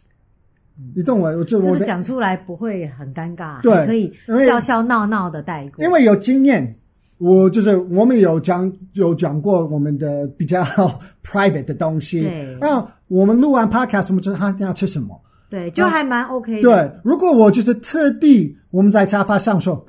Speaker 2: 你懂我？我就
Speaker 1: 就
Speaker 2: 我
Speaker 1: 是
Speaker 2: 的，
Speaker 1: 讲出来不会很尴尬，
Speaker 2: 对
Speaker 1: 还可以
Speaker 2: 因为
Speaker 1: 笑笑闹闹的带过。
Speaker 2: 因为有经验，我就是我们有讲有讲过我们的比较 <laughs> private 的东西
Speaker 1: 对。
Speaker 2: 然后我们录完 podcast，我们就看要吃什么。
Speaker 1: 对，就还蛮 OK 的。
Speaker 2: 对，如果我就是特地我们在沙发上说，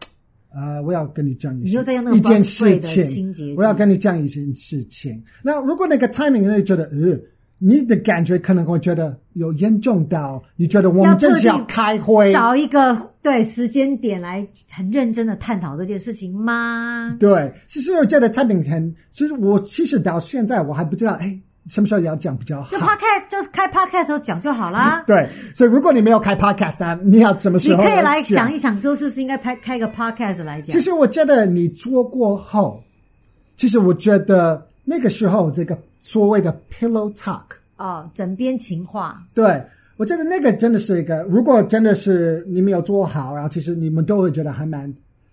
Speaker 2: 呃，我要跟你讲一
Speaker 1: 你又在用那
Speaker 2: 一
Speaker 1: 种
Speaker 2: 件
Speaker 1: boss
Speaker 2: 事
Speaker 1: way 的
Speaker 2: 情
Speaker 1: 清洁剂，
Speaker 2: 我要跟你讲一件事情。那如果那个 timing 你觉得呃。你的感觉可能会觉得有严重到，你觉得我
Speaker 1: 要
Speaker 2: 们真
Speaker 1: 特
Speaker 2: 是要
Speaker 1: 地
Speaker 2: 开会，
Speaker 1: 找一个对时间点来很认真的探讨这件事情吗？
Speaker 2: 对，其实我觉得产品很，其实我其实到现在我还不知道，哎，什么时候要讲比较
Speaker 1: 就
Speaker 2: 好。
Speaker 1: podcast 就是开 podcast 的时候讲就好啦。
Speaker 2: 对，所以如果你没有开 podcast 啊，你要什么时
Speaker 1: 你
Speaker 2: 候？
Speaker 1: 可以来想。一想，说是不是应该拍开个 podcast 来讲
Speaker 2: 其？实我觉得你做过后，其实我觉得那个时候这个所谓的 pillow talk，
Speaker 1: 哦，枕边情话，
Speaker 2: 对我觉得那个真的是一个，如果真的是你没有做好，然后其实你们都会觉得还蛮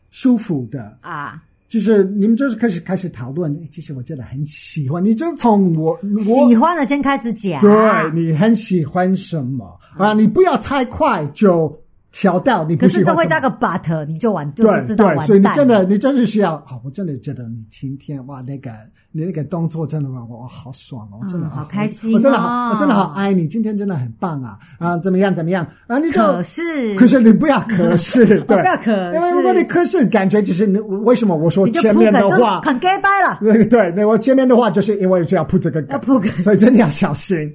Speaker 2: 舒服的。
Speaker 1: 啊，
Speaker 2: 就是你们就是开始开始讨论，哎其实我真的很喜欢，你就从我我
Speaker 1: 喜欢的先开始讲。啊
Speaker 2: 对你很喜欢什么啊？你不要太快就调到你不
Speaker 1: 可是
Speaker 2: 喜欢什么。
Speaker 1: 都会加个 but，你就完就是
Speaker 2: 对
Speaker 1: 知道完
Speaker 2: 对，
Speaker 1: 蛋。
Speaker 2: 所以你真的你真的是要啊！我真的觉得你今天哇，那个你那个动作真的让我哇好爽哦，我真
Speaker 1: 嗯
Speaker 2: 的、啊
Speaker 1: 好开心
Speaker 2: 我真的
Speaker 1: 哦
Speaker 2: 好，我真的好爱你，今天真的很棒啊！啊，怎么样怎么样？然后你就
Speaker 1: 可是
Speaker 2: 可是你不要
Speaker 1: <laughs>
Speaker 2: 可是，对，
Speaker 1: 不要可是
Speaker 2: 因为如果你可是，感觉就是你为什么我说
Speaker 1: 你就
Speaker 2: 前
Speaker 1: 铺
Speaker 2: 面
Speaker 1: 梗
Speaker 2: 的
Speaker 1: 就是
Speaker 2: 话，
Speaker 1: 很 gay bye 了。
Speaker 2: <laughs> 对对，那我前面的话就是因为就要铺这个梗，
Speaker 1: 要铺梗
Speaker 2: <laughs> 所以真的要小心。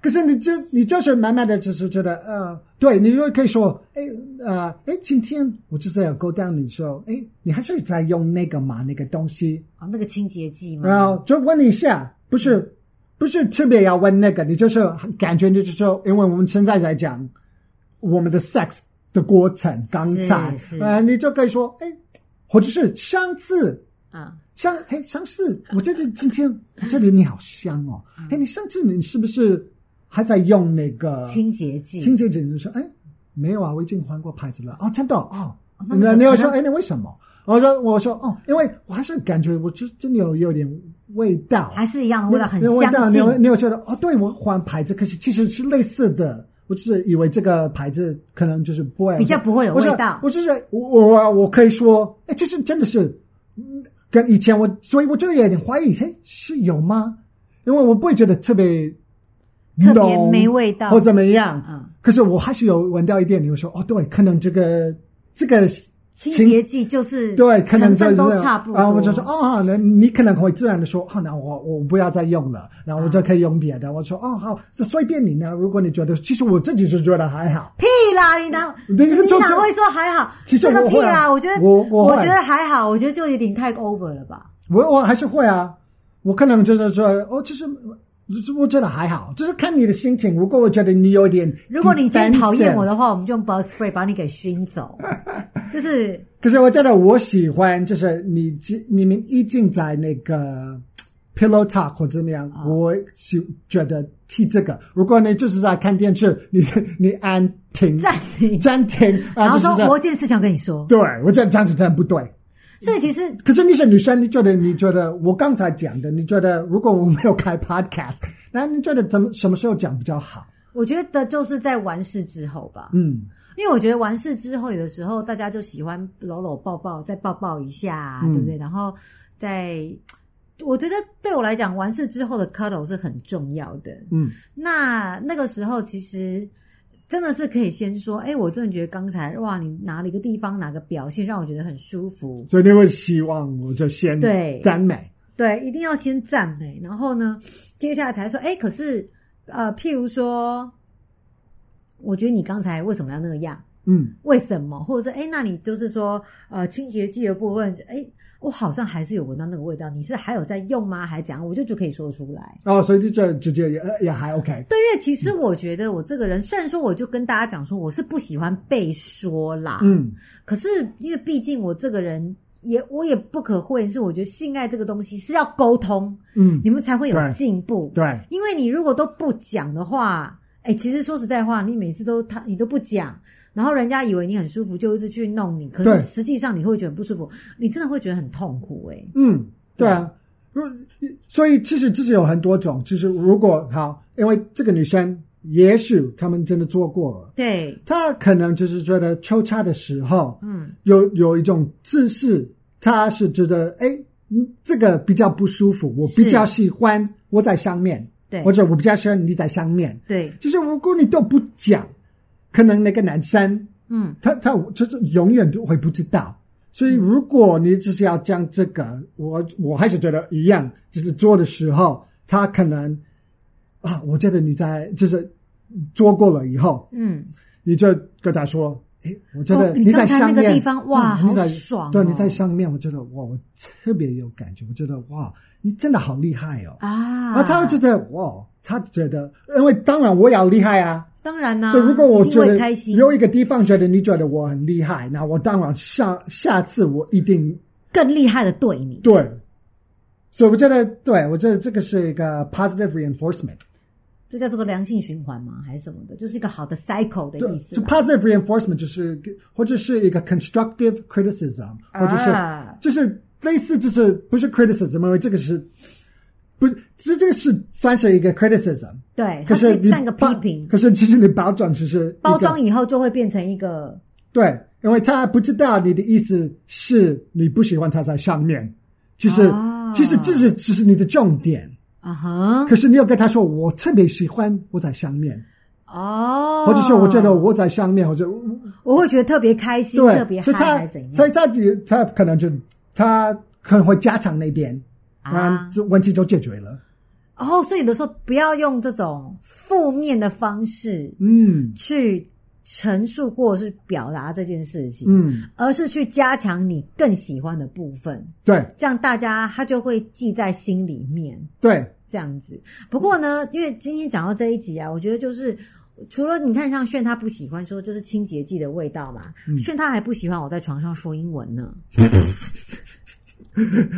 Speaker 2: 可是你就你就是慢慢的，就是觉得呃，对你就可以说，哎呃，哎，今天我就是要 go down，你说，哎，你还是在用那个嘛那个东西，
Speaker 1: 哦，那个清洁剂嘛，
Speaker 2: 然后就问一下，不是不是特别要问那个，你就是感觉你就是说，因为我们现在在讲我们的 sex 的过程，刚才
Speaker 1: 是是
Speaker 2: 呃，你就可以说，哎，或者是上次
Speaker 1: 啊，
Speaker 2: 像嘿，上次我觉得今天我觉得你好香哦，
Speaker 1: 嗯
Speaker 2: 哎，你上次你是不是还在用那个
Speaker 1: 清洁剂，
Speaker 2: 清洁剂？你说哎，没有啊，我已经换过牌子了。哦，真的哦。
Speaker 1: 那你
Speaker 2: 那
Speaker 1: 可
Speaker 2: 你
Speaker 1: 能
Speaker 2: 要说哎，你为什么？我说我说哦，因为我还是感觉我就真的有有点味道，啊
Speaker 1: 还是一样的味道，很
Speaker 2: 那味道
Speaker 1: 相
Speaker 2: 你
Speaker 1: 近
Speaker 2: 有。你有觉得哦，对我换牌子，可是其实是类似的。我只是以为这个牌子可能就是不会
Speaker 1: 比较不会有
Speaker 2: 我想
Speaker 1: 味道
Speaker 2: 我就是我我我可以说，哎，这是真的是嗯跟以前我，所以我就有点怀疑，哎，是有吗？因为我不会觉得特别
Speaker 1: 特别
Speaker 2: 浓
Speaker 1: 没味道
Speaker 2: 或怎么样。啊
Speaker 1: 嗯
Speaker 2: 可是我还是有闻到一点，你会说哦，对，可能这个这个
Speaker 1: 清洁剂就是
Speaker 2: 对，可能
Speaker 1: 成
Speaker 2: 就
Speaker 1: 分
Speaker 2: 是
Speaker 1: 都差不多。
Speaker 2: 然后我就说哦，那你可能会自然的说，哦，那我我不要再用了，然后我就可以用别的。我说哦，好，就随便你呢。如果你觉得，其实我自己是觉得还好。
Speaker 1: 屁啦，你哪
Speaker 2: 那个
Speaker 1: 你
Speaker 2: 嗯就
Speaker 1: 哪
Speaker 2: 就
Speaker 1: 会说还好？
Speaker 2: 其实
Speaker 1: 这个
Speaker 2: 我
Speaker 1: 屁
Speaker 2: 会啊
Speaker 1: 啦，我觉得
Speaker 2: 我我会
Speaker 1: 觉得还好，我觉得就有点太 over 了吧。
Speaker 2: 我我还是会啊，我可能就是说，哦，其实就是我觉得还好，就是看你的心情。如果我觉得你有点，
Speaker 1: 如果你今天讨厌我，的话，我们就用 bug spray 把你给熏走，
Speaker 2: <laughs>
Speaker 1: 就是
Speaker 2: 可是我觉得我喜欢，就是你只你们已经在那个 pillow talk 或怎么样，
Speaker 1: 啊
Speaker 2: 我喜觉得替这个。如果你就是在看电视，你你按停
Speaker 1: 暂停，
Speaker 2: 暂停，
Speaker 1: 然
Speaker 2: 啊，
Speaker 1: 后
Speaker 2: 就是
Speaker 1: 说
Speaker 2: 这样
Speaker 1: 我有件事想跟你说。
Speaker 2: 对我觉得这样子真的不对。
Speaker 1: 所以其实
Speaker 2: 可是你是女生，你觉得你觉得我刚才讲的，你觉得如果我没有开 podcast，那你觉得怎么什么时候讲比较好？
Speaker 1: 我觉得就是在完事之后吧，
Speaker 2: 嗯，
Speaker 1: 因为我觉得完事之后，有的时候大家就喜欢搂搂抱抱，再抱抱一下，啊对不对？然后再，我觉得对我来讲，完事之后的 cuddle 是很重要的。
Speaker 2: 嗯，
Speaker 1: 那那个时候其实真的是可以先说，哎，我真的觉得刚才哇，你哪里个地方哪个表现让我觉得很舒服，
Speaker 2: 所以你会希望我就先
Speaker 1: 对
Speaker 2: 赞美，
Speaker 1: 对，一定要先赞美，然后呢，接下来才说，哎，可是呃，譬如说，我觉得你刚才为什么要那样？
Speaker 2: 嗯
Speaker 1: 为什么？或者是哎，诶那你就是说，呃，清洁剂的部分，哎，我好像还是有闻到那个味道，你是还有在用吗？还是怎样？我就就可以说出来。
Speaker 2: 哦，所以你就直接也呃也还 OK，
Speaker 1: 对，因为其实我觉得我这个人，虽然说我就跟大家讲说我是不喜欢被说啦，，
Speaker 2: 嗯
Speaker 1: 可是因为毕竟我这个人也我也不可讳言，是我觉得性爱这个东西是要沟通，
Speaker 2: 嗯，
Speaker 1: 你们才会有
Speaker 2: 对
Speaker 1: 进步。
Speaker 2: 对。
Speaker 1: 因为你如果都不讲的话，哎、其实说实在话，你每次都他你都不讲，然后人家以为你很舒服，就一直去弄你，可
Speaker 2: 对
Speaker 1: 是实际上你会觉得很不舒服，你真的会觉得很痛苦、哎，
Speaker 2: 嗯，对啊。如所以其实就是有很多种，就是如果好，因为这个女生也许他们真的做过了，
Speaker 1: 对，
Speaker 2: 他可能就是觉得抽查的时候
Speaker 1: 嗯，
Speaker 2: 有有一种姿势，他是觉得哎，嗯这个比较不舒服，我
Speaker 1: 是
Speaker 2: 比较喜欢我在上面，
Speaker 1: 对
Speaker 2: 或者我比较喜欢你在上面。
Speaker 1: 对，
Speaker 2: 就是如果你都不讲，可能那个男生
Speaker 1: 嗯，
Speaker 2: 他他就是永远都会不知道。所以如果你只是要讲这个，我我还是觉得一样，就是做的时候，他可能啊，我觉得你在就是做过了以后，
Speaker 1: 嗯，
Speaker 2: 你就跟他说。哎，我觉
Speaker 1: 哦
Speaker 2: 得
Speaker 1: 你
Speaker 2: 在
Speaker 1: 刚才
Speaker 2: 上
Speaker 1: 那
Speaker 2: 面、
Speaker 1: 个地方哇
Speaker 2: 嗯你在
Speaker 1: 好爽哦
Speaker 2: 对，你在上面，我觉得哇，我特别有感觉，我觉得哇，你真的好厉害哦。
Speaker 1: 啊，
Speaker 2: 然后他会觉得哇，他觉得，因为当然我也好厉害啊，
Speaker 1: 当然啦、
Speaker 2: 所以如果
Speaker 1: 一
Speaker 2: 我
Speaker 1: 定
Speaker 2: 觉
Speaker 1: 会
Speaker 2: 得
Speaker 1: 开心，
Speaker 2: 有一个地方觉得你觉得我很厉害，那我当然下下次我一定
Speaker 1: 更厉害的对你，
Speaker 2: 对。所以我觉得，对我觉得这个是一个 positive reinforcement，
Speaker 1: 这叫做个良性循环吗？还是什么的？就是一个好的 cycle 的
Speaker 2: 对，
Speaker 1: 意思
Speaker 2: 就
Speaker 1: 啦。
Speaker 2: positive reinforcement 就是或者是一个 constructive criticism，或者是、
Speaker 1: 啊
Speaker 2: 就是类似就是不是 criticism，因为这个是不这这个是算是一个 criticism，
Speaker 1: 对，它
Speaker 2: 可是你
Speaker 1: 算个批
Speaker 2: 包
Speaker 1: 评，
Speaker 2: 可是其实你包装只是一个
Speaker 1: 包装以后就会变成一个
Speaker 2: 对，因为他不知道你的意思是你不喜欢他在上面，就是、
Speaker 1: 啊
Speaker 2: 其实这是只是你的重点。
Speaker 1: 啊哈
Speaker 2: 可是你要跟他说，我特别喜欢我在上面，
Speaker 1: 哦，
Speaker 2: 或者是我觉得我在上面，或者
Speaker 1: 我会觉得特别开心，特别
Speaker 2: 对，所以
Speaker 1: 嗨，
Speaker 2: 他
Speaker 1: 还是怎
Speaker 2: 所
Speaker 1: 样
Speaker 2: 以他他可能就他可能会加强那边，
Speaker 1: 啊
Speaker 2: 那？这问题就解决了。
Speaker 1: 哦，所以有的时候不要用这种负面的方式
Speaker 2: 嗯
Speaker 1: 去陈述或者是表达这件事情，
Speaker 2: 嗯，
Speaker 1: 而是去加强你更喜欢的部分，
Speaker 2: 对
Speaker 1: 这样大家他就会记在心里面。
Speaker 2: 对，
Speaker 1: 这样子。不过呢，因为今天讲到这一集啊，我觉得就是。除了你看，像炫他不喜欢说就是清洁剂的味道嘛，
Speaker 2: 嗯
Speaker 1: 炫他还不喜欢我在床上说英文呢。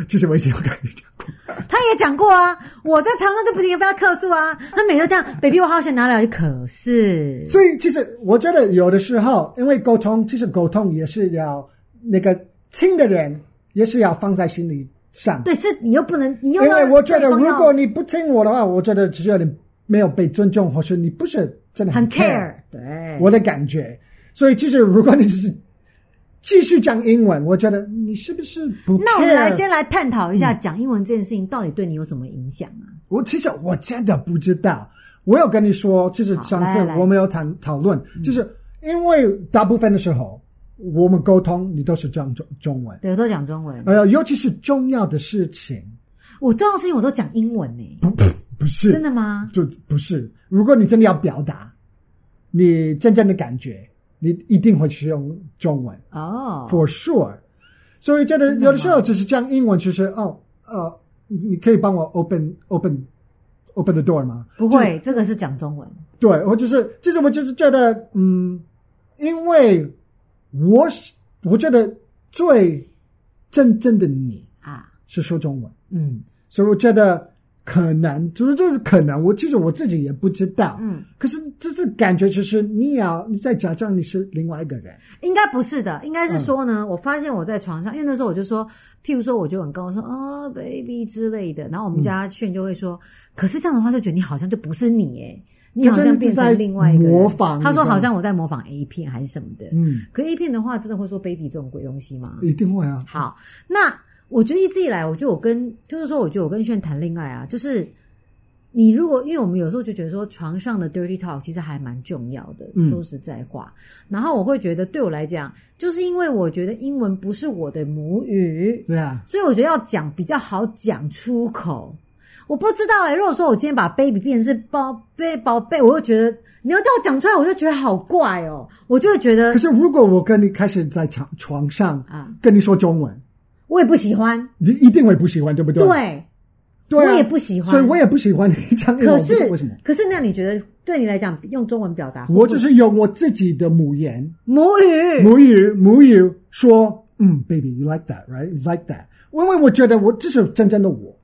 Speaker 2: 这是我以前有跟你讲过。
Speaker 1: 他也讲过啊，我在床上就不停地被他客诉啊，他每次这样，baby 我好想拿了，可是
Speaker 2: 所以其实我觉得有的时候，因为沟通，其实沟通也是要那个听的人也是要放在心里上。
Speaker 1: 对，是你又不能，你又
Speaker 2: 因为
Speaker 1: 让
Speaker 2: 我觉得
Speaker 1: 对方要
Speaker 2: 如果你不听我的话，我觉得只有你没有被尊重，或是你不是真的
Speaker 1: 很
Speaker 2: care
Speaker 1: care，对，
Speaker 2: 我的感觉。所以其实如果你只是继续讲英文，我觉得你是不是不 care？嗯
Speaker 1: 那我们来先来探讨一下讲英文这件事情到底对你有什么影响啊？
Speaker 2: 我其实我真的不知道。我有跟你说，就是上
Speaker 1: 好
Speaker 2: 次
Speaker 1: 来来嗯
Speaker 2: 我们有谈讨论，就是因为大部分的时候我们沟通，你都是讲中中文，
Speaker 1: 对，我都讲中文，
Speaker 2: 呃，尤其是重要的事情，
Speaker 1: 我重要的事情我都讲英文呢、
Speaker 2: 不不是
Speaker 1: 真的吗？
Speaker 2: 就不是。如果你真的要表达你真正的感觉，你一定会去用中文
Speaker 1: 哦，
Speaker 2: ，for sure。所以真的有的时候只是讲英文，其实哦呃，你你可以帮我 open open open the door 吗？
Speaker 1: 不会，这个是讲中文。
Speaker 2: 对，我就是，就是我就是觉得，嗯，因为我是我觉得最真正的你
Speaker 1: 啊，
Speaker 2: 是说中文，嗯，所以我觉得可能就是就是可能，我其实我自己也不知道，
Speaker 1: 嗯，
Speaker 2: 可是这是感觉，就是你要你在假装你是另外一个人，
Speaker 1: 应该不是的，应该是
Speaker 2: 嗯
Speaker 1: 说呢，我发现我在床上，因为那时候我就说，譬如说，我就很高说哦，baby 之类的，然后我们
Speaker 2: 嗯
Speaker 1: 家炫就会说，可是这样的话就觉得你好像就不是你哎，你好像变成另外一个人
Speaker 2: 模仿
Speaker 1: 他说
Speaker 2: 你知道吗
Speaker 1: 好像我在模仿 A 片还是什么的，
Speaker 2: 嗯，
Speaker 1: 可 A 片的话真的会说 baby 这种鬼东西吗？
Speaker 2: 一定会啊，
Speaker 1: 好，那我觉得一直以来，我觉得我跟就是说，我觉得我跟炫谈恋爱啊，就是你如果因为我们有时候就觉得说床上的 dirty talk 其实还蛮重要的，
Speaker 2: 嗯
Speaker 1: 说实在话。然后我会觉得对我来讲，就是因为我觉得英文不是我的母语，
Speaker 2: 对啊，
Speaker 1: 所以我觉得要讲比较好讲出口。我不知道哎、如果说我今天把 baby 变成是宝贝宝贝，我就觉得你要叫我讲出来，我就觉得好怪哦、我就会觉得
Speaker 2: 可是如果我跟你开始在床床上
Speaker 1: 啊
Speaker 2: 跟你说中文，
Speaker 1: 我也不喜欢，
Speaker 2: 你一定会不喜欢，对不对？
Speaker 1: 对。
Speaker 2: 对，对啊、
Speaker 1: 我也不喜欢
Speaker 2: 所以我也不喜欢你讲英
Speaker 1: 可
Speaker 2: 文，我不知道
Speaker 1: 是
Speaker 2: 为什么？
Speaker 1: 可是那你觉得对你来讲，用中文表达，
Speaker 2: 我就是用我自己的母言、
Speaker 1: 母语
Speaker 2: 母语、母语说，嗯，baby，you like that，right？You like that？因为我觉得我这是真正的我，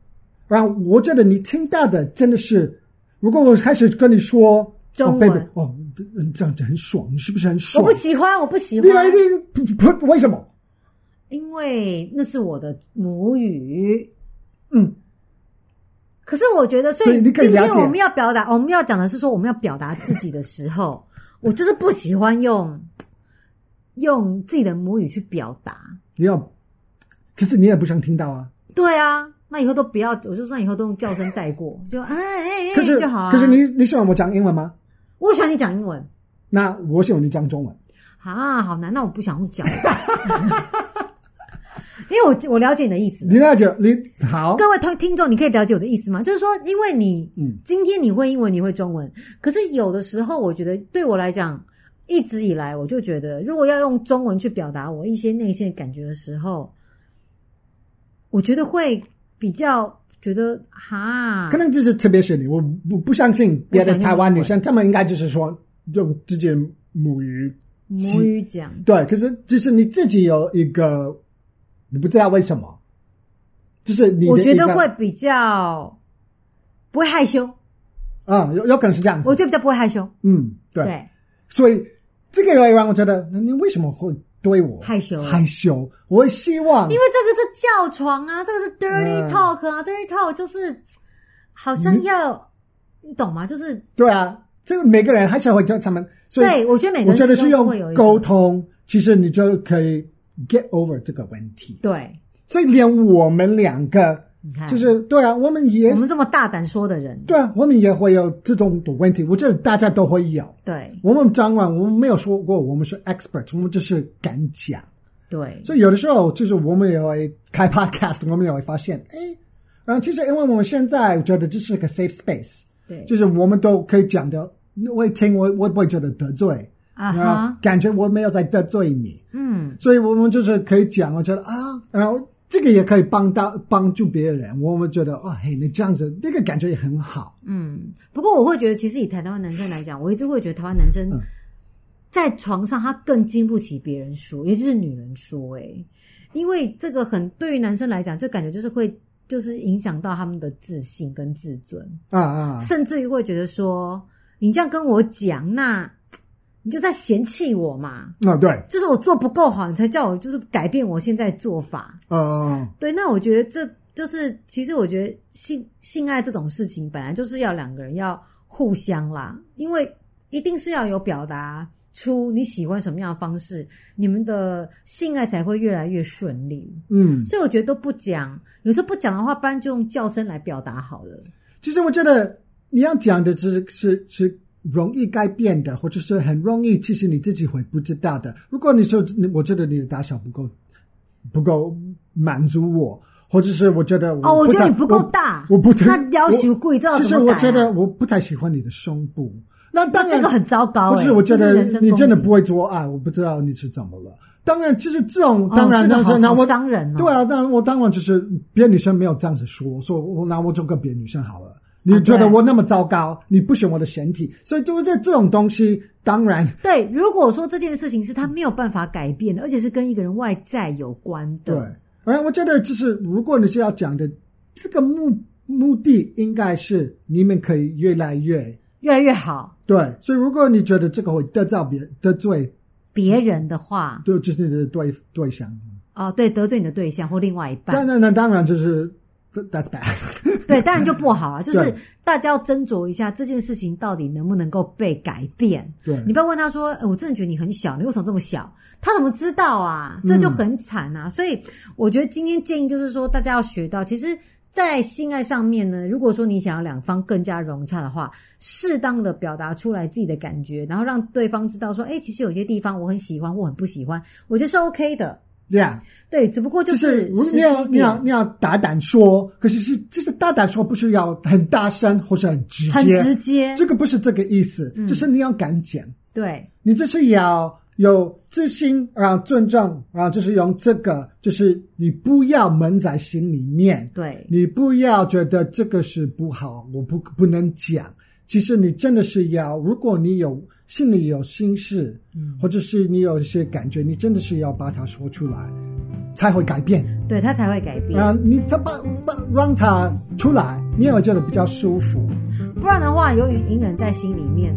Speaker 2: 然后我觉得你听到的真的是，如果我开始跟你说，
Speaker 1: 中
Speaker 2: 哦
Speaker 1: 文
Speaker 2: ，baby，哦，这样子很爽，你是不是很
Speaker 1: 我
Speaker 2: 爽？
Speaker 1: 不喜欢，我不喜
Speaker 2: 你
Speaker 1: 欢，
Speaker 2: 来你不不为什么？
Speaker 1: 因为那是我的母语。
Speaker 2: 嗯，
Speaker 1: 可是我觉得，所
Speaker 2: 所以你可以
Speaker 1: 今
Speaker 2: 了
Speaker 1: 天
Speaker 2: 解
Speaker 1: 我们要表达，我们要讲的是说，我们要表达自己的时
Speaker 2: <laughs>
Speaker 1: 候，我就是不喜欢用用自己的母语去表达。
Speaker 2: 你要，可是你也不想听到啊。
Speaker 1: 对啊，那以后都不要，我就算以后都用叫声带过，就哎哎哎
Speaker 2: 可是，
Speaker 1: 就好、啊。
Speaker 2: 可是你你喜欢我讲英文吗？
Speaker 1: 我喜欢你讲英文
Speaker 2: 那我喜欢你讲中文。
Speaker 1: 啊，好难，那我不想用讲， <laughs> 因为我我了解你的意思。
Speaker 2: 你那就你好，
Speaker 1: 各位听听众，你可以了解我的意思吗？就是说，因为你，
Speaker 2: 嗯
Speaker 1: 今天你会英文，你会中文，可是有的时候，我觉得对我来讲，一直以来我就觉得，如果要用中文去表达我一些内心的感觉的时候，我觉得会比较觉得哈
Speaker 2: 可，能就是特别是你，我不不相信别
Speaker 1: 我
Speaker 2: 的
Speaker 1: 想用
Speaker 2: 台湾
Speaker 1: 英文
Speaker 2: 女生，她们应该就是说用自己的母语
Speaker 1: 母语讲，
Speaker 2: 对，可是就是你自己有一个，你不知道为什么，就是你的
Speaker 1: 我觉
Speaker 2: 一
Speaker 1: 得
Speaker 2: 个
Speaker 1: 会比较不会害羞，
Speaker 2: 啊、有有可能是这样子
Speaker 1: 我。觉得比较不会害羞，
Speaker 2: 嗯，对，
Speaker 1: 对，
Speaker 2: 所以这个也让我觉得，那你为什么会对我
Speaker 1: 害羞
Speaker 2: 害羞，我会希望
Speaker 1: 因为这个是叫床啊，这个是 dirty
Speaker 2: 嗯
Speaker 1: talk 啊、d i r t y talk 就是好像要、你懂吗？就是
Speaker 2: 对啊，这个每个人还是会跟他们，所以
Speaker 1: 对我觉得每个
Speaker 2: 我
Speaker 1: 人
Speaker 2: 觉得
Speaker 1: 心
Speaker 2: 是
Speaker 1: 中会有
Speaker 2: 用
Speaker 1: 一
Speaker 2: 沟
Speaker 1: 种
Speaker 2: 通，其实你就可以 get over 这个问题。
Speaker 1: 对，
Speaker 2: 所以连我们两个
Speaker 1: 你看，
Speaker 2: 就是对啊，我们也
Speaker 1: 哎我们这么大胆说的人，
Speaker 2: 对啊，我们也会有这种的问题，我觉得大家都会有。
Speaker 1: 对
Speaker 2: 我们当然我们没有说过我们是 expert，我们就是敢讲。
Speaker 1: 对
Speaker 2: 所以有的时候就是我们也会开 <laughs> podcast，我们也会发现，哎，然后其实因为我们现在觉得这是个 safe space，
Speaker 1: 对
Speaker 2: 就是我们都可以讲的，你会听我我不会觉得得罪，
Speaker 1: 啊
Speaker 2: 然后
Speaker 1: 哈，
Speaker 2: 感觉我没有在得罪你，
Speaker 1: 嗯，
Speaker 2: 所以我们就是可以讲，我觉得啊，然后这个也可以帮到帮助别人，我们觉得哦，嘿，你这样子那个感觉也很好，
Speaker 1: 嗯，不过我会觉得，其实以台湾男生来讲，我一直会觉得台湾男生
Speaker 2: 嗯
Speaker 1: 在床上他更经不起别人说，也就是女人说、欸，因为这个很对于男生来讲，就感觉就是会就是影响到他们的自信跟自尊，
Speaker 2: 啊啊，
Speaker 1: 甚至于会觉得说你这样跟我讲，那你就在嫌弃我嘛，
Speaker 2: 啊对，
Speaker 1: 就是我做不够好，你才叫我就是改变我现在做法，
Speaker 2: 呃，
Speaker 1: 对，那我觉得这就是，其实我觉得性性爱这种事情本来就是要两个人要互相啦，因为一定是要有表达出你喜欢什么样的方式，你们的性爱才会越来越顺利。
Speaker 2: 嗯。
Speaker 1: 所以我觉得都不讲，有时候不讲的话，不然就用叫声来表达好了。
Speaker 2: 其实我觉得你要讲的只是是是容易改变的，或者是很容易，其实你自己会不知道的。如果你说，你我觉得你的大小不够不够满足我，或者是我觉得我
Speaker 1: 哦，我
Speaker 2: 不
Speaker 1: 觉得
Speaker 2: 太
Speaker 1: 你不够，大，
Speaker 2: 我我不
Speaker 1: 那要求贵，这
Speaker 2: 我
Speaker 1: 要
Speaker 2: 其实
Speaker 1: 怎么
Speaker 2: 我
Speaker 1: 改啊
Speaker 2: 觉得我不太喜欢你的胸部。那当然
Speaker 1: 这个很糟糕、欸。
Speaker 2: 不是，我觉
Speaker 1: 这
Speaker 2: 得
Speaker 1: 人身
Speaker 2: 你真的
Speaker 1: 攻击
Speaker 2: 不会做爱，我不知道你是怎么了。当然，其实这种
Speaker 1: 哦
Speaker 2: 当然，
Speaker 1: 这个
Speaker 2: 那
Speaker 1: 好
Speaker 2: 那
Speaker 1: 好
Speaker 2: 我
Speaker 1: 伤人哦。
Speaker 2: 对啊，但我当然就是别的女生没有这样子说，说我那我就跟别的女生好了。你
Speaker 1: 啊
Speaker 2: 觉得
Speaker 1: 对
Speaker 2: 我那么糟糕？你不喜欢我的身体，所以就这这种东西，当然
Speaker 1: 对，如果说这件事情是他没有办法改变的，而且是跟一个人外在有关的，
Speaker 2: 对。而我觉得就是，如果你是要讲的这个目目的，应该是你们可以越来越
Speaker 1: 越来越好，
Speaker 2: 对。所以如果你觉得这个会得罪别得罪，
Speaker 1: 别人的话，
Speaker 2: 对，就是你的对对象，
Speaker 1: 哦、对，得罪你的对象或另外一
Speaker 2: 但
Speaker 1: 半，
Speaker 2: 那那当然就是 that's bad。
Speaker 1: 对，当然就不好啊。就是
Speaker 2: 对
Speaker 1: 大家要斟酌一下这件事情到底能不能够被改变。
Speaker 2: 对
Speaker 1: 你不要问他说、呃我真的觉得你很小，你为什么这么小？他怎么知道啊？这就很惨啊！所以我觉得今天建议就是说，大家要学到，其实，在性爱上面呢，如果说你想要两方更加融洽的话，适当的表达出来自己的感觉，然后让对方知道说，哎、其实有些地方我很喜欢或很不喜欢，我觉得是 OK 的。
Speaker 2: Yeah。
Speaker 1: 对，只不过就
Speaker 2: 就是
Speaker 1: 是时
Speaker 2: 你要
Speaker 1: 机
Speaker 2: 你要
Speaker 1: 点
Speaker 2: 你要大胆说，可是是就是大胆说，不是要很大声或是很直接，
Speaker 1: 很直接，嗯
Speaker 2: 这个不是这个意思，就是你要敢讲，
Speaker 1: 对
Speaker 2: 你就是要有自信，然后尊重，然后就是用这个，就是你不要闷在心里面，
Speaker 1: 对
Speaker 2: 你不要觉得这个是不好，我不不能讲。其实你真的是要，如果你有心里有心事，
Speaker 1: 嗯
Speaker 2: 或者是你有一些感觉，你真的是要把它说出来，才会改变。
Speaker 1: 对，他才会改变。
Speaker 2: 啊，你他把把让他出来，你也会觉得比较舒服。
Speaker 1: 不然的话，由于隐忍在心里面，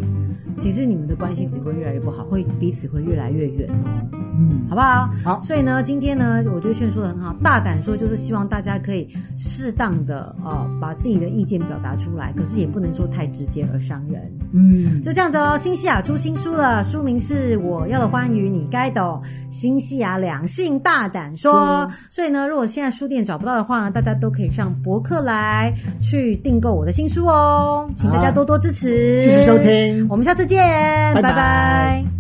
Speaker 1: 其实你们的关系只会越来越不好，会彼此会越来越远哦。
Speaker 2: 嗯，
Speaker 1: 好不好？
Speaker 2: 好
Speaker 1: 所以呢，今天呢，我觉得炫说的很好，大胆说就是希望大家可以适当的呃，把自己的意见表达出来，可是也不能说太直接而伤人。
Speaker 2: 嗯，
Speaker 1: 就这样子哦，新西亚出新书了，书名是《我要的欢愉你该懂》，新西亚两性大胆说。所以呢，如果现在书店找不到的话，大家都可以上博客来去订购我的新书哦，请大家
Speaker 2: 好
Speaker 1: 多多支持，
Speaker 2: 谢谢收听
Speaker 1: 我们下次见，
Speaker 2: 拜拜
Speaker 1: 拜拜